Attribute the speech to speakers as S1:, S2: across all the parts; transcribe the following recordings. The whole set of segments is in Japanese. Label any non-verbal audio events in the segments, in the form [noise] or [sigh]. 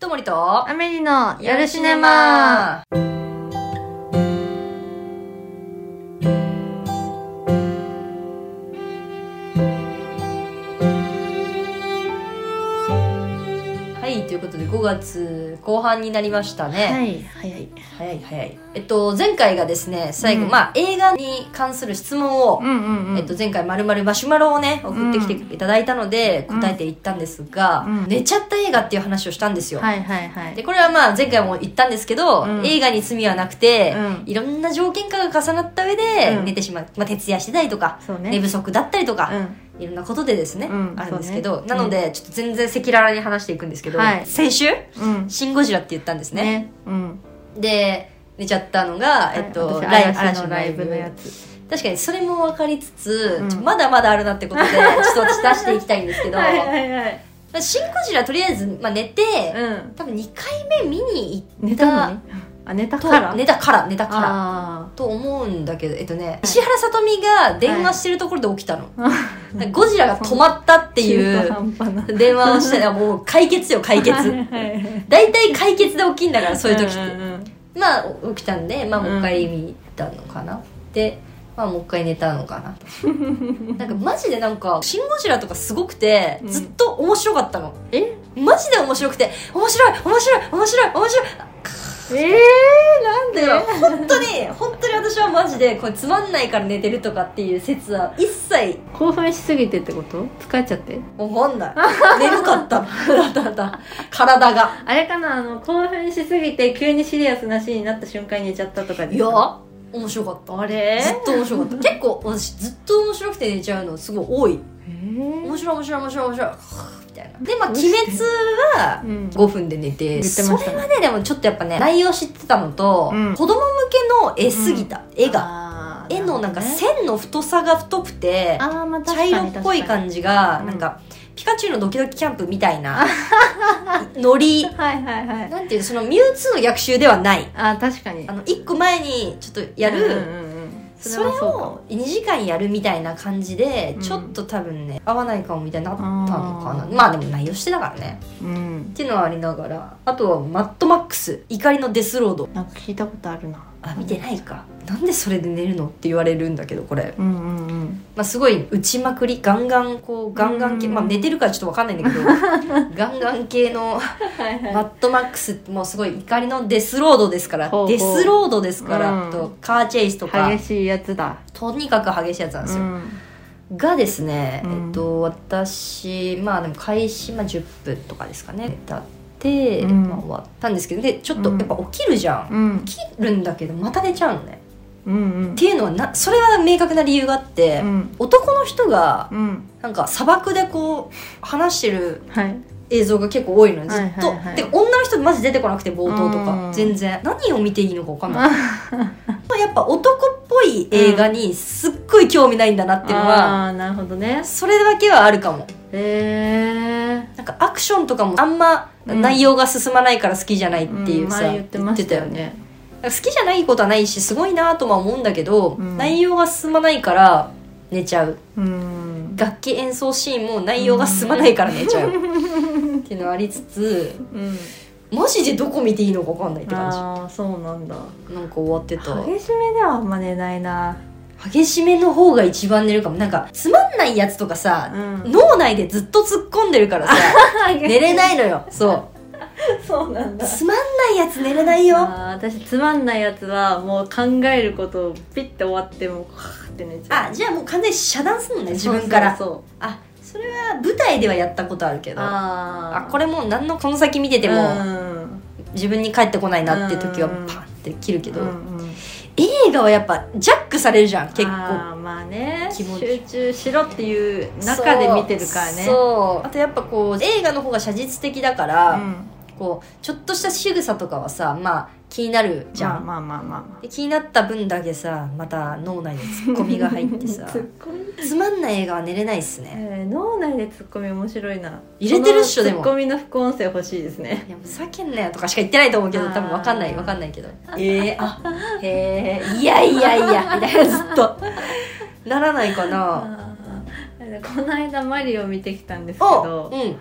S1: ともりと、
S2: アメリの夜シネマ。
S1: はい、ということで5月後半になりましたね。
S2: はい、早い。
S1: 早い早い。えっと、前回がですね、最後、
S2: うん
S1: まあ映画に関する質問を、
S2: んうん
S1: えっと、前回まるまるマシュマロをね送ってきていただいたので
S2: うん
S1: 答えていったんですが、
S2: うん
S1: 寝ちゃった映画っていう話をしたんですよ、
S2: はいはいはい。
S1: でこれはまあ前回も言ったんですけど、
S2: うん
S1: 映画に罪はなくて、
S2: うん
S1: いろんな条件下が重なった上で
S2: うん
S1: 寝てしまう、まあ、徹夜してたりとか、
S2: そうね。
S1: 寝不足だったりとか、
S2: う
S1: いろんなことでですね、
S2: うん
S1: あるんですけど、
S2: そうね
S1: なのでちょっと全然赤裸々に話していくんですけど、
S2: はい
S1: 先週
S2: ん。う
S1: 「
S2: ん。
S1: シン・ゴジラ」って言ったんですね
S2: ね。うん。
S1: で寝ちゃったのが、えっと、
S2: ライブ、
S1: 嵐
S2: 嵐のライブのやつ。
S1: 確かにそれも分かりつつ、
S2: うん
S1: ちょまだまだあるなってこと
S2: [laughs]
S1: でちょっと私出していきたいんですけど、
S2: いはい。
S1: まあシン・ゴジラとりあえず、まあ、寝て、
S2: うん。
S1: 多分2回目見に行った
S2: 寝たのね。あ、寝た
S1: と
S2: から
S1: 寝たから寝たから
S2: あ
S1: と思うんだけどえっとね石原さとみが電話してるところで起きたの、なんかゴジラが止まったっ
S2: ー。
S1: てい
S2: 中途
S1: う
S2: 半端な。
S1: 電話をして
S2: [laughs]
S1: らもう解決よ解決
S2: はいはいはい
S1: 大体解決で起きんだからそういう時って、
S2: んんうん
S1: まあ起きたんで、まあ、もう一回見に行ったのかな、で、まあ、もう一回寝たのかな
S2: [laughs]
S1: なんかマジでなんか「シン・ゴジラ」とかすごくて
S2: うん
S1: ずっと面白かったの、
S2: え
S1: マジで面白くて面白い面白い面白い面白い
S2: え
S1: で本当に本当に私はマジでこれつまんないから寝てるとかっていう説は一切
S2: ー興奮しすぎてってこと疲れちゃって
S1: 思んない眠かっただだだ体が
S2: あれかなあの興奮しすぎて急にシリアスなシーンになった瞬間に寝ちゃったとか
S1: い
S2: です
S1: や
S2: か
S1: 面白かった
S2: あれ
S1: ずっと面白かった結構私ずっと面白くて寝ちゃうのすごい多い
S2: えー
S1: 面白い面白い面白い面白いはぁみたいなでまあ「
S2: どう
S1: 鬼
S2: して
S1: 滅」は
S2: うん
S1: 5分で寝て
S2: 言って
S1: そ
S2: まし
S1: れ
S2: たね
S1: まででもちょっとやっぱね内容知ってたのと、
S2: うん
S1: 子供向けの絵すぎた、絵が
S2: が
S1: 絵のなんか線の太さが太くて
S2: あーまあ確
S1: 茶
S2: かに
S1: 色っぽい感じが
S2: うん
S1: なんか、ピカチュウのドキドキキャンプみたいなノリ
S2: 確かにはいはいはい
S1: なんていうのそのミュウツーの逆襲ではない
S2: あー確かに
S1: あの1個前にちょっとやる、
S2: うんうんうん
S1: それ
S2: はうかも
S1: を2時間やるみたいな感じで、
S2: うん
S1: ちょっと多分ね合わないかもみたいになったのかな
S2: あー
S1: まあでも内容してたからね
S2: うん
S1: っていうのはありながらあとはマッドマックス怒りのデスロード
S2: なんか聞いたことあるな
S1: あ見てないかなんでそれで寝るのって言われるんだけどこれ、
S2: うんうんうん
S1: まあ、すごい打ちまくりガンガンこうガンガン系、
S2: うん
S1: まあ、寝てるからちょっとわかんないんだ
S2: [laughs]
S1: けどガンガン系の
S2: はいは
S1: マッドマックスってもうすごい怒りのデスロードですから
S2: ほうほう
S1: デスロードですから、
S2: うん
S1: とカーチェイスとか
S2: 激しいやつだ
S1: とにかく激しいやつなんですよ、
S2: ん
S1: がですね、
S2: うん
S1: えっと、私まあでも開始、まあ、10分とかですかね経って、
S2: うん
S1: まあ、終わったんですけどでちょっと
S2: う
S1: や
S2: ん
S1: っぱ起きるじゃん、
S2: うん
S1: 起きるんだけどまた寝ちゃうのね
S2: うんうん
S1: っていうのはなそれは明確な理由があって、
S2: うん
S1: 男の人が
S2: うん
S1: なんか砂漠でこう話してる
S2: はい
S1: 映像が結構多いのねず
S2: はい
S1: っと、
S2: はいはい
S1: で女の人マジ出てこなくて冒頭とか、
S2: うん
S1: 全然何を見ていいのか分かんないやっぱ男っぽい映画にすっごい興味ないんだなっていうのは、
S2: ああーなるほどね
S1: それだけはあるかも
S2: え
S1: なんかアクションとかもあんま
S2: うん
S1: 内容が進まないから好きじゃないっ
S2: えー
S1: ていうさ、
S2: 前言ってましたよね
S1: 言ってたよね好きじゃないことはないしすごいなとは思うんだけど、
S2: うん
S1: 内容が進まないから寝ちゃう
S2: うん
S1: 楽器演奏シーンも内容が進まないから寝
S2: [laughs]
S1: ちゃう、っていうのはありつつ
S2: うん
S1: マジでどこ見ていいのか分かんないって感
S2: ああそうなんだ
S1: じなんか終わってた
S2: 激しめではあんま寝ないな
S1: 激しめの方が一番寝るかもなんかつまんないやつとかさ、
S2: [laughs] うん
S1: 脳内でずっと突っ込んでるからさ
S2: [laughs]
S1: 寝れないのよ [laughs] そ
S2: そうなん [laughs]
S1: うつまんないやつ寝れないよ
S2: あー私つまんないやつはもう考えることをピッて終わってもうハーって寝ちゃう
S1: あじゃあもう完全に遮断するのね自分から
S2: そうそうそう
S1: あそれは舞台ではやったことあるけどあ
S2: あー
S1: これもう何のこの先見てても、
S2: うん
S1: 自分に返ってこないなって時は
S2: うん
S1: パンって切るけど、
S2: うんうん
S1: 映画はやっぱジャックされるじゃん結構
S2: あーまあね
S1: 気持ち
S2: 集中しろっていう中で見てるからね
S1: そうそうあとやっぱこう映画の方が写実的だから、
S2: ん、
S1: こうちょっとした仕草とかはさまあ気になるじゃん、
S2: まあまあまあまあ
S1: で気になった分だけさまた脳内でツッコミが入って
S2: [laughs]
S1: さ
S2: ツッコミ
S1: つまんない映画は寝れないっすね
S2: えー脳内でツッコミ面白いな
S1: 入れてるっしょ
S2: そ
S1: でも
S2: のツッコミの副音声欲しいですね
S1: いや、ふざけんなよとかしか言ってないと思うけど、
S2: あー
S1: 多分わかんない、わかんないけど。ええあ、へえいやいやいや、みたいな、ずっと。ならないかな。
S2: あーこの間マリオ見てきたんですけ
S1: お
S2: ど
S1: うん。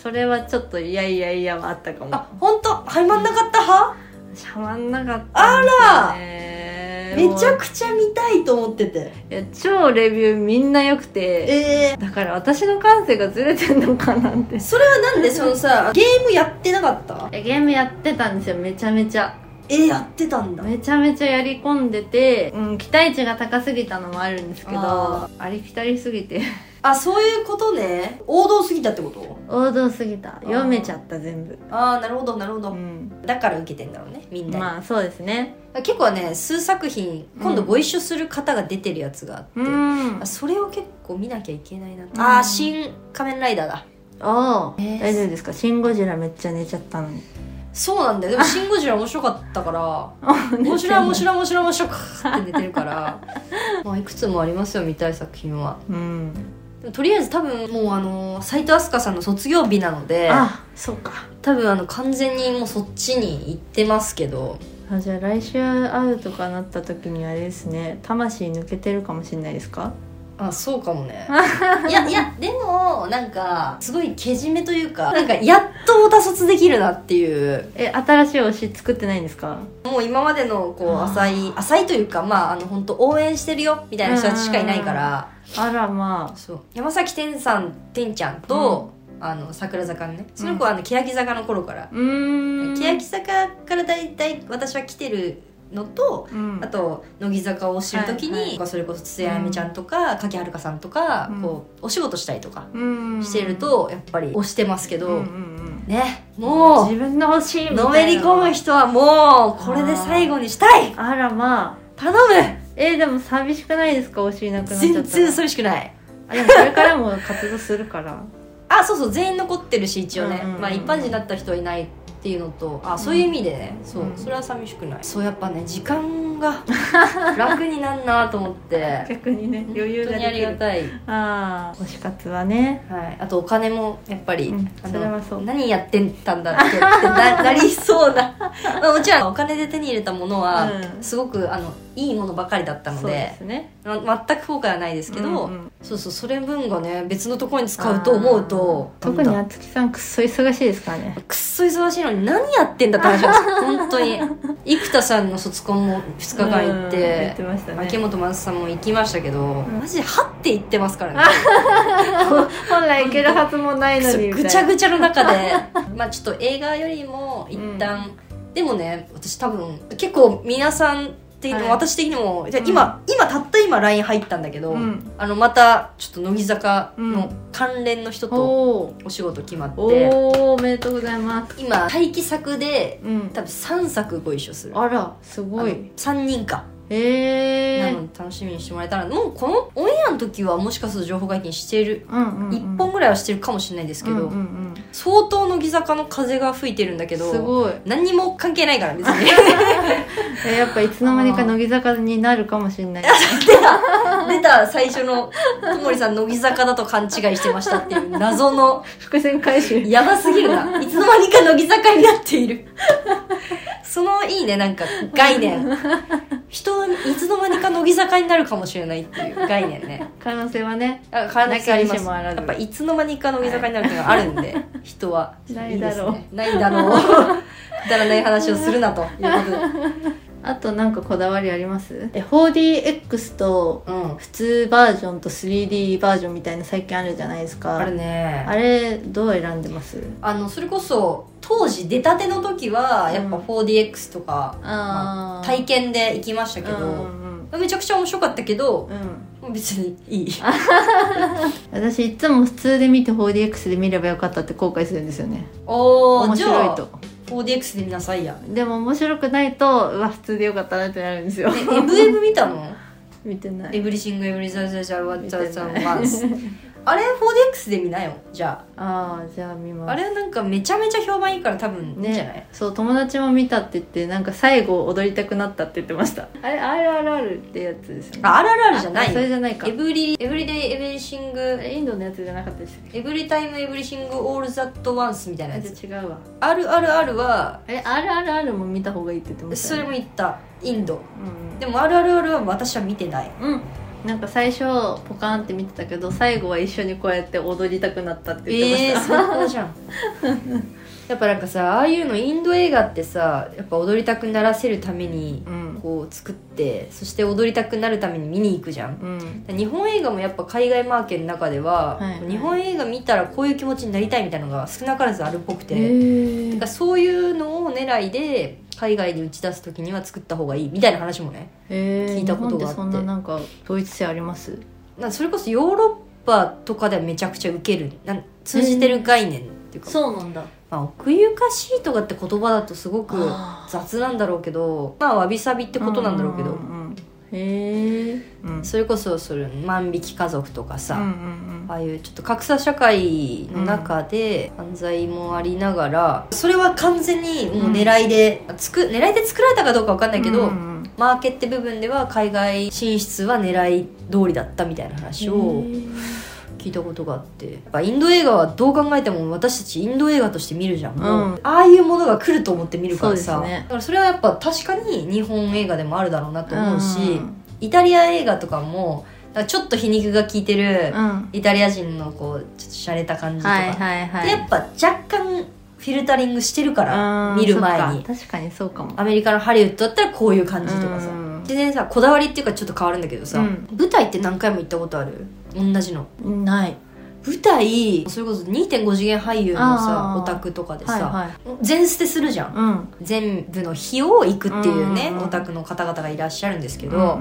S2: それはちょっといやいやいやはあったかも
S1: あ本当はまんなかった派
S2: しゃまんなかったんですよね
S1: めちゃ
S2: も
S1: くちゃ見たいと思ってて
S2: ういや超レビューみんな良くて
S1: ええ
S2: だから私の感性がずれてんのかなってい
S1: それはなんでそのさゲームやってなかった
S2: やゲームやってたんですよめちゃめちゃ
S1: えー、やってたんだ
S2: めちゃめちゃやり込んでて、うん、期待値が高すぎたのもあるんですけど
S1: あ
S2: ありきたりすぎて
S1: あそういうことね王道すぎたってこと
S2: 王道すぎた読めちゃった全部
S1: ああなるほどなるほど、
S2: うん
S1: だから受けてんだろうねみんな、
S2: まあそうですね
S1: 結構ね数作品今度ご一緒する方が出てるやつがあって、
S2: うん
S1: あそれを結構見なきゃいけないなと、
S2: うん
S1: ああ新仮面ライダーだ
S2: ああ、
S1: えー
S2: 大丈夫ですかシン・ゴジラめっちゃ寝ちゃったのに
S1: そうなんだよでも「シン・ゴジラ」面白かったから面白い面白い面白い面白いって寝てるからまあいくつもありますよ見たい作品は
S2: うん
S1: でもとりあえず多分もうあの斎藤飛鳥さんの卒業日なので
S2: あそうか
S1: 多分あの完全にもうそっちに行ってますけど
S2: あじゃあ来週会うとかなった時にあれですね魂抜けてるかもしれないですか
S1: あそうかもね [laughs] いやいやでもなんかすごいけじめという [laughs] かなんかやっとオタ卒できるなっていう
S2: え新しい推し作ってないんですか
S1: もう今までのこう
S2: あー
S1: 浅い浅いというかまああの本当応援してるよみたいな人たちしかいないから
S2: あらま
S1: そう山崎天さん天ちゃんと、あの桜坂のねその子はあの欅坂の頃から
S2: あ、うーん
S1: 欅坂から大体私は来てるのと
S2: うん
S1: あと乃木坂を知る時に、
S2: はいはい
S1: まあそれこそ筒谷あやめちゃんとか、柿遥さんとか、
S2: うん
S1: こうお仕事したりとか
S2: うん
S1: してるとやっぱり推してますけ
S2: う
S1: ど、
S2: んうんうん
S1: ねも
S2: 自分の欲しいうみたいな
S1: のめり込む人はもうこれで最後にしたい
S2: あらま
S1: 頼
S2: あえーでも寂しくないですか推しいなく
S1: む
S2: なっちゃ
S1: 全
S2: ったら
S1: 然寂しくない
S2: あでもこれからも活動するから
S1: あそうそう全員残ってるし一応ね、
S2: うんうんうん
S1: まあ、一般人だった人はいないっていうのとあそういう意味でね、そう
S2: うん
S1: それは寂しくないそうやっぱね時間が楽になんなと思って
S2: 逆にね [laughs] 余裕が
S1: 本当にあ
S2: で
S1: り
S2: き
S1: が
S2: る
S1: たい、
S2: ああ推し活はね
S1: はい、あとお金もやっぱり、
S2: うん
S1: あの
S2: それはそう
S1: 何やってたんだっけって
S2: [laughs]
S1: ななりそうな、まあ、もちろんお金で手に入れたものは、
S2: うん
S1: すごくあのいいものばかりだったの
S2: そうで
S1: です
S2: ね
S1: ま全く後悔はないですけど、
S2: うんうん
S1: そうそうそれ分がね別のところに使うと思うと
S2: あー特
S1: なん
S2: に
S1: だ
S2: あつきさんくっそ忙しいですからね
S1: くっそ忙しいのに何やってんだって話なんです
S2: [laughs]
S1: よ本当に生田さんの卒コンも2日間行っ
S2: うん言
S1: て
S2: ってました
S1: 秋
S2: ね
S1: 元真夏さんも行きましたけど、
S2: ん
S1: マジではって言ってますからね
S2: 本来行けるはずもないのにみたいな
S1: ぐちゃぐちゃの中
S2: [laughs]
S1: でまあちょっと映画よりも一旦、でもね私多分結構皆さん的にも、
S2: はい
S1: 私的にもじゃあ今、今たった今 LINE 入ったんだけど、
S2: うん
S1: あのまたちょっと乃木坂
S2: う
S1: の関連の人と
S2: おー
S1: お仕事決まって、
S2: おーおめでとうございます
S1: 今待機作で
S2: うん
S1: 多分3作ご一緒する
S2: あらすご
S1: あの
S2: い
S1: 3人か
S2: え
S1: な
S2: え
S1: ので楽しみにしてもらえたらもうこのオンエアの時はもしかすると情報解禁してる
S2: うんうんうん
S1: 1本ぐらいはしてるかもしれないですけど、
S2: うんうん
S1: 相当乃木坂の風が吹いてるんだけ
S2: うん、
S1: ど
S2: すごい
S1: 何にも関係ないから別
S2: [laughs]
S1: に
S2: えやっぱいつの間にか乃木坂になるかもしれない
S1: 出た最初のともりさん乃木坂だと勘違いしてましたって
S2: [laughs]
S1: いう謎の
S2: 伏線回収
S1: やばすぎるないつの間にか乃木坂になっているそのいいねなんか概念人いつの間にか乃木坂になるかもしれないっていう概念ね
S2: 可能性はね
S1: あ可能性ありま
S2: なきにし
S1: す
S2: もあらず
S1: やっぱいつの間にか乃木坂になるっていうのがあるんで、人は
S2: ないだろ
S1: い
S2: う
S1: いですねないだろ
S2: [laughs]
S1: うくだらない話をするなということで
S2: あとなんかこだわりありますえ 4DX と
S1: うん
S2: 普通バージョンと 3D バージョンみたいな最近あるじゃないですか
S1: あるね
S2: あれどう選んでます
S1: あのそれこそ当時出たての時はやっぱ
S2: うん
S1: 4DX とか、まあ体
S2: 験
S1: 験で行きましたけ
S2: だけど
S1: ど、めちゃくちゃ面白かったけど
S2: うん
S1: 別にいい [laughs]
S2: 私いつも普通で見て 4DX で見ればよかったって後悔するんですよね
S1: おー
S2: 面
S1: じゃ
S2: 白い
S1: あ
S2: と
S1: 4DX で見なさいや
S2: でも面白くないとうわ普通でよかったなってなるんですよ
S1: えエブエブ見たの
S2: [laughs] 見てない
S1: エブリシングエブリザザザワッザザ
S2: 見て
S1: ワンスあれ 4DX で見なよじゃ
S2: ああじゃあ見ます
S1: ああれはなんかめちゃめちゃ評判いいから多分いいんじゃない、
S2: ね、そう友達も見たって言ってなんか最後踊りたくなったって言ってましたあれ RRR ってやつですよね
S1: あ RRR じゃない
S2: それ
S1: よ
S2: じゃないか
S1: エブリエブリデイエブリシング
S2: インドのやつじゃなかったでしたっ
S1: エブリタイムエブリシングオールザットワンスみたいなや
S2: け
S1: つ
S2: じゃあ違うわ
S1: RRR は
S2: あれ RRR も見た方がいいって言ってました
S1: それ
S2: よね
S1: も言ったインド
S2: うん
S1: でも「あるあるある」は私は見てない
S2: うん、なんか最初ポカーンって見てたけど最後は一緒にこうやって踊りたくなったって言って
S1: えー、
S2: ました、
S1: 最高じゃんやっぱなんかさああいうのインド映画ってさやっぱ踊りたくならせるために
S2: [laughs] うん
S1: こう作ってそして踊りたくなるために見に行くじゃん
S2: うん
S1: 日本映画もやっぱ海外マーケの中では、
S2: はいはい
S1: 日本映画見たらこういう気持ちになりたいみたいなのが少なからずあるっぽくて、
S2: え
S1: だからそういうのを狙いで海外に打ち出す時には作った方がいいみたいな話もね聞
S2: 聞
S1: いたことがあって
S2: そんななんか同一性あります
S1: なんかそれこそヨーロッパとかではめちゃくちゃウケるなん通じてる概念っていうか、
S2: そうなんだ
S1: まあ、奥ゆかしいとかって言葉だとすごく
S2: あ
S1: 雑なんだろうけどまあわびさびってことなんだろうけど、
S2: へえうん
S1: それこそそれ万引き家族とかさ、
S2: うんうん
S1: ああいうちょっと格差社会の中で犯罪もありながらそれは完全にもう狙いで、つく狙いで作られたかどうかわかんな
S2: う
S1: い
S2: ん
S1: けど、
S2: うんうん
S1: マーケット部分では海外進出は狙い通りだったみたいな話を
S2: へー
S1: 聞いたことがあってやっぱインド映画はどう考えても私たちインド映画として見るじゃん、も
S2: う
S1: うああいうものが来ると思って見るから
S2: そ
S1: さ、
S2: うですね
S1: だからそれはやっぱ確かに日本映画でもあるだろうなと思うし、
S2: うん
S1: イタリア映画とかもなんかちょっと皮肉が効いてる
S2: うん
S1: イタリア人のこうちょっと洒落た感じとか、
S2: はいはいはい
S1: でやっぱ若干フィルタリングしてるから見る前
S2: うんそ
S1: に
S2: っか確かにそうかも
S1: アメリカのハリウッドだったらこういう感じとかさ
S2: うん
S1: 全然さこだわりっていうかちょっと変わるんだけどさ、
S2: うん
S1: 舞台って何回も行ったことある同じの
S2: ない
S1: 舞台それこそ2.5次元俳優のさ
S2: あー
S1: オタクとかでさ、
S2: はいはい
S1: 全捨てするじゃん
S2: うん
S1: 全部の費を行くっていうね
S2: うん
S1: オタクの方々がいらっしゃるんですけ
S2: け
S1: ど、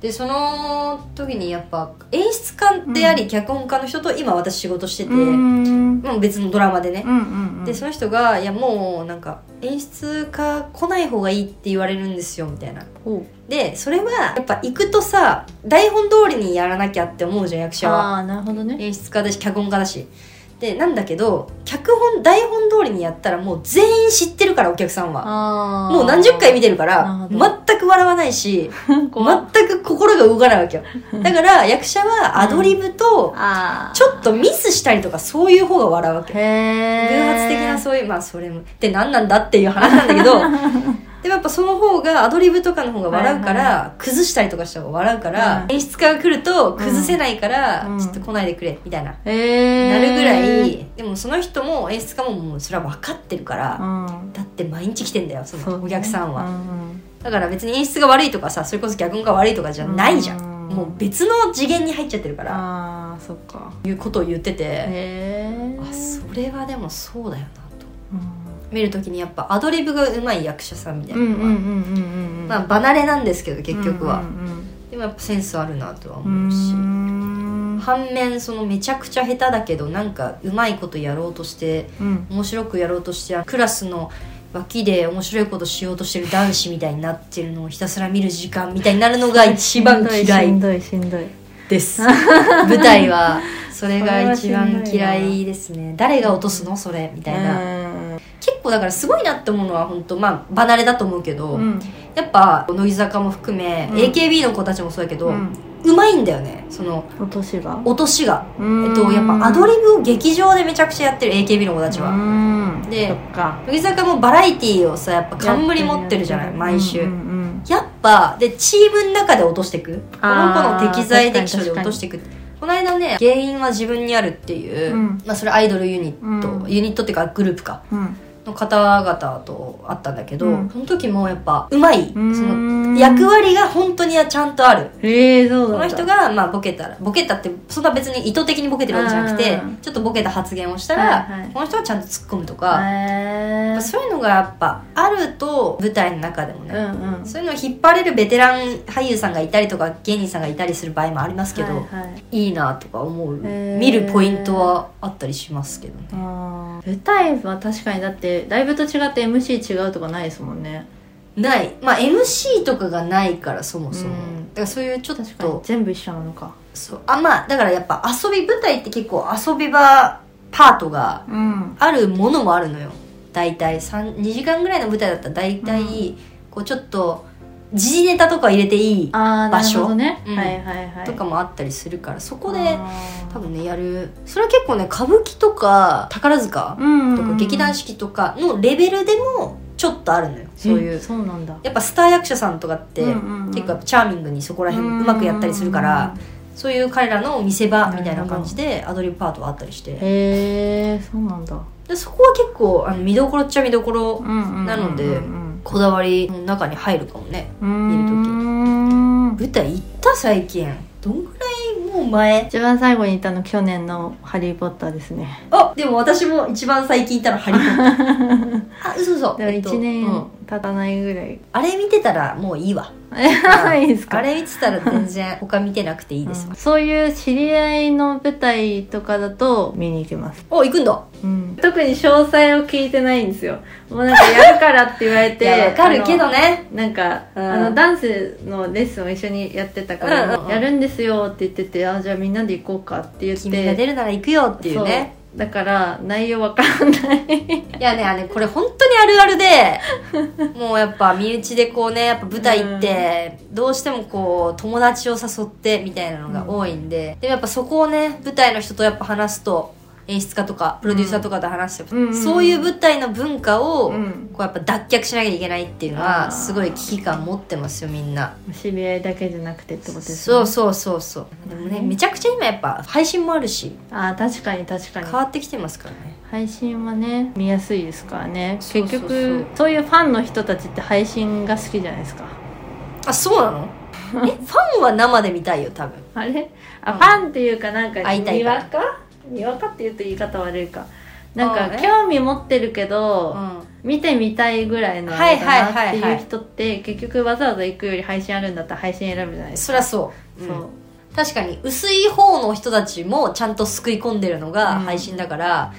S1: でその時にやっぱ演出家であり脚本家の人と今私仕事してて、
S2: うん
S1: もう別のドラマでね、
S2: うん
S1: でその人が「いやもうなんか演出家来ない方がいいって言われるんですよ」みたいな
S2: お
S1: でそれはやっぱ行くとさ台本通りにやらなきゃって思うじゃん役者は
S2: ああーなるほどね
S1: 演出家だし脚本家だしでなんだけど脚本台本通りにやったらもう全員知ってるからお客さんは
S2: ああ
S1: もう何十回見てるか
S2: な
S1: ら
S2: るほど
S1: 全く笑わない
S2: [laughs]
S1: し全
S2: 全
S1: く心が動かないわけよだから役者はアドリブと
S2: あ
S1: ちょっとミスしたりとかそういう方が笑うわけ
S2: へえ
S1: 偶発的なそういうまあそれもって何なんだっていう話なんだけど
S2: [laughs]
S1: でもやっぱその方がアドリブとかの方が笑うから、
S2: はい
S1: 崩したりとかした方が笑うから、
S2: うん
S1: 演出家が来ると崩せないから、
S2: うん
S1: ちょっと来ないでくれみたいな、
S2: へえ
S1: なるぐらいでもその人も演出家ももうそれは分かってるから、
S2: うん
S1: だって毎日来てんだよそ
S2: そう
S1: の
S2: ね
S1: お客さんは、
S2: うん
S1: だから別に演出が悪いとかさそれこそ脚本が悪いとかじゃないじゃん、
S2: うん
S1: もう別の次元に入っちゃってるから
S2: ああそっか
S1: いうことを言ってて、
S2: へえ
S1: あそれはでもそうだよなと
S2: うん
S1: 見るときにやっぱアドリブがうまい役者さんみたいな
S2: うん
S1: の
S2: うん
S1: が、
S2: うんうんうん
S1: まあ離れなんですけど結局は、
S2: うん
S1: でもやっぱセンスあるなとは
S2: うんうん
S1: 思うし、
S2: うーん
S1: 反面そのめちゃくちゃ下手だけどなんかうまいことやろうとして
S2: うん
S1: 面白くやろうとしてクラスの脇で面白いことしようとしてる男子みたいになってるのをひたすら見る時間みたいになるのが一番嫌
S2: しん
S1: い
S2: どいしんどい
S1: です [laughs] 舞台はそれが一番嫌いですね誰が落とすのそれみたいな、
S2: うん
S1: 結構だからすごいなって思うのは本当まあ離れだと思うけど、
S2: うん
S1: やっぱ乃木坂も含め、
S2: うん
S1: AKB の子たちもそうやけど、う
S2: うん
S1: まいんだよねその
S2: 落としが
S1: 落としが、
S2: え
S1: えっと、やっぱアドリブを劇場でめちゃくちゃやってる AKB の子たちは、
S2: は
S1: で
S2: そっか
S1: 乃木坂もバラエティーをさやっぱ冠持ってるじゃない毎週、
S2: うんうん
S1: やっぱでチームの中で落としていくこの子
S2: あー
S1: の適材適所で
S2: 確か
S1: 落と
S2: に
S1: していくこの間ね原因は自分にあるっていう、
S2: うん
S1: まあ、それアイドルユニット、
S2: うん
S1: ユニットっていうかグループか
S2: うん
S1: の方々と会ったんだけど、
S2: うん
S1: その時もやっぱうまい、
S2: うん
S1: その役割が本当にちゃんとある
S2: ええそう
S1: そ
S2: な
S1: の
S2: んだ
S1: 人がまあボケたらボケたってそんな別に意図的にボケてるわけじゃなくて
S2: うん
S1: ちょっとボケた発言をしたら、
S2: はいはい
S1: この人はちゃんと突っ込むとか、
S2: へ
S1: やっぱそういうのがやっぱあると舞台の中でも
S2: え
S1: ね、
S2: うんうん
S1: そういうのを引っ張れるベテラン俳優さんがいたりとか芸人さんがいたりする場合もありますけど、
S2: はい
S1: い
S2: はい
S1: いなとか思う
S2: へー
S1: 見るポイントはあったりしますけどね
S2: あー舞台は確かにだってライブと違って MC 違うとかないですもんね
S1: ないまあ MC とかがないからそもそも、
S2: うん
S1: だからそういうちょっ
S2: 確かに
S1: と
S2: 全部一緒なのか
S1: そうあまあだからやっぱ遊び舞台って結構遊び場パートが
S2: うん
S1: あるものもあるのよ大体3 2時間ぐらいの舞台だったら大体、こうちょっと時事ネタとか入れていい
S2: ああな
S1: 場
S2: る
S1: 所
S2: ほどね、
S1: うん
S2: はいはいはい
S1: とかもあったりするからそこで多
S2: 多
S1: 分ねやるそれは結構ね歌舞伎とか宝塚
S2: うんうんうん
S1: とか劇団四季とかのレベルでもちょっとあるのよそういう
S2: えそうなんだ
S1: やっぱスター役者さんとかって、
S2: うんうんうん
S1: 結構やっぱチャーミングにそこら辺うまくやったりするから、そういう彼らの見せ場みたいな感じでアドリブパートはあったりして
S2: へえそうなんだ
S1: でそこは結構あの見どころっちゃ見どころな
S2: な
S1: のでこだわりの中に入るかもね見る時舞台行った最近どんぐらいもう前
S2: 一番最後に行ったの去年の「ハリー・ポッター」ですね
S1: あでも私も一番最近行ったのハリポッター [laughs] あ嘘嘘
S2: でも
S1: えっと
S2: 1
S1: うん
S2: 年経たないぐらい、
S1: あれ見てたらもういいわ
S2: [laughs] いいですか
S1: あれ見てたら全 [laughs] 然他見てなくていいです
S2: う
S1: わ
S2: ん、そういう知り合いの舞台とかだと見に行きます、
S1: お行くんだ
S2: うん、特に詳細を聞いてないんですよもうなんかやるからって言われ
S1: [laughs] い
S2: て
S1: やわかるけどね
S2: なんか、
S1: うん
S2: あのダンスのレッスンを一緒にやってたから、
S1: うんうんうん
S2: やるんですよって言っててあじゃあみんなで行こうかって言って
S1: 君が出るなら行くよっていうね
S2: そうだから内容わかんない [laughs]
S1: いやねあのねこれ本当にあるあるで
S2: [laughs]
S1: もうやっぱ身内でこうねやっぱ舞台行って、どうしてもこう友達を誘ってみたいなのが多いんで、でもやっぱそこをね舞台の人とやっぱ話すと演出家とかプロデューサーとかと話して、
S2: うん
S1: そういう舞台の文化を、
S2: うん
S1: こうやっぱ脱却しなきゃいけないっていうのは
S2: あー
S1: すごい危機感持ってますよみんな
S2: 知り合いだけじゃなくてってことです
S1: そう
S2: ね
S1: そうそうそうでもね
S2: うん
S1: めちゃくちゃ今やっぱ配信もあるし
S2: あ確かに確かに
S1: 変わってきてますからね
S2: 配信はね見やすいですからね
S1: そうそう
S2: 結
S1: そう
S2: 局そういうファンの人たちって配信が好きじゃないですか
S1: あそうなのえファンは生で見たいよ多分
S2: あれあ、
S1: うん
S2: ファンっていうかなんか
S1: 会いたい
S2: に
S1: から
S2: わかにわかって言うと言い方悪いかなん
S1: あ
S2: か
S1: え
S2: 興味持ってるけど、
S1: うん
S2: 見てみたいぐらいの
S1: はいはい
S2: だ
S1: は
S2: なって
S1: いはい
S2: いう人って結局わざわざ行くより配信あるんだったら配信選ぶじゃないです
S1: そ
S2: か
S1: りゃそう、
S2: そう、
S1: うん確かに薄い方の人たちもちゃんとすくい込んでるのが
S2: うん
S1: 配信だから、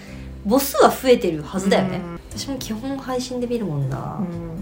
S1: 母数は増えてるはずだよね、
S2: うん
S1: 私も基本配信で見るもんな、
S2: うん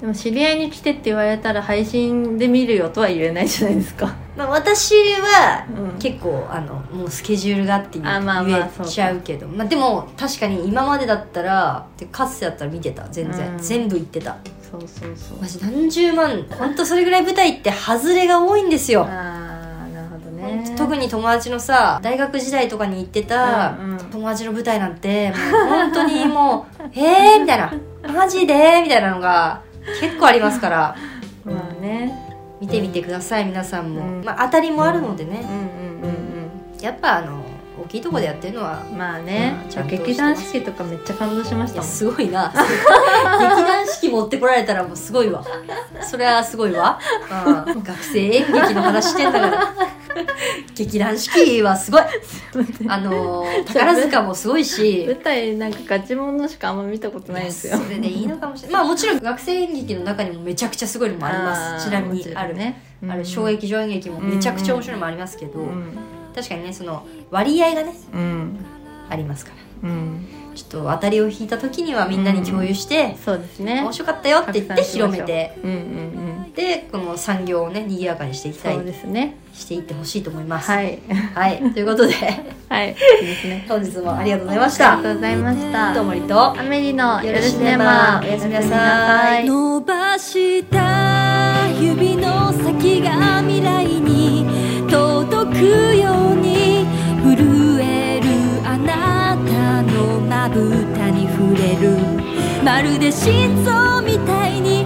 S2: でも知り合いに来てって言われたら配信で見るよとは言えないじゃないですか、
S1: まあ、私は
S2: うん
S1: 結構あのもうスケジュールがあって言う
S2: あまあ
S1: 言
S2: まあ
S1: えちゃうけど、まあ、でも確かに今までだったらでかつてだったら見てた全然、
S2: うん
S1: 全部行ってた
S2: そうそうそう
S1: マジ何十万ほんとそれぐらい舞台って外れが多いんですよ、
S2: ああなるほど
S1: ほん
S2: ね
S1: と特に友達のさ大学時代とかに行ってた、
S2: うんうん
S1: 友達の舞台なんてもう本当にもう「えー」みたいな「マジで?」みたいなのが結構ありますから
S2: まあね
S1: 見てみてください皆さんも、
S2: うん
S1: まあ、当たりもあるので
S2: うん
S1: ね、
S2: うんうん
S1: やっぱあの大きいとこでやってるのは
S2: うんまあね
S1: うんちゃんとしてます
S2: 劇団四季とかめっちゃ感動しまし
S1: い
S2: た
S1: や
S2: もん
S1: すごいな劇団四季持ってこられたらもうすごいわそれはすごいわ、うん、学生演劇の話してんだから
S2: [laughs]
S1: 劇団四季はすごいあの宝塚もすごい
S2: [laughs]
S1: し
S2: 舞台なんかガチものしかあんま見たことないですよ
S1: やそれでいいのかもしれないまあもちろん学生演劇の中にもめちゃくちゃすごいのもありますちなみ
S2: も
S1: に
S2: ろん
S1: ある、
S2: ね
S1: ある衝撃上演劇もめちゃくちゃ面白いのもありますけど、
S2: うん
S1: 確かにねその割合がね
S2: うん、
S1: ありますから
S2: うん、
S1: ちょっと当たりを引いた時にはみんなに共有して、
S2: そうですね
S1: 面白かったよって言って
S2: 拡散しま
S1: 広
S2: し
S1: め
S2: ょう
S1: て
S2: うんうんうん
S1: でこの産業をね賑やかにしていきたい
S2: そうですね
S1: していってほしいと思います、
S2: はい
S1: はい、ということで
S2: はいそうですね
S1: 本日もありがとうございました
S2: ありがとうございました
S1: どうもりと
S2: アメリの
S1: よ
S2: よ
S1: ろ
S2: ろ
S1: し
S2: し
S1: ね
S2: ね
S1: ば
S2: ば
S1: おやすみなさい
S3: 伸ばした指の先が未来に届くように震えるあなたのまぶたに触れるまるで心臓みたいに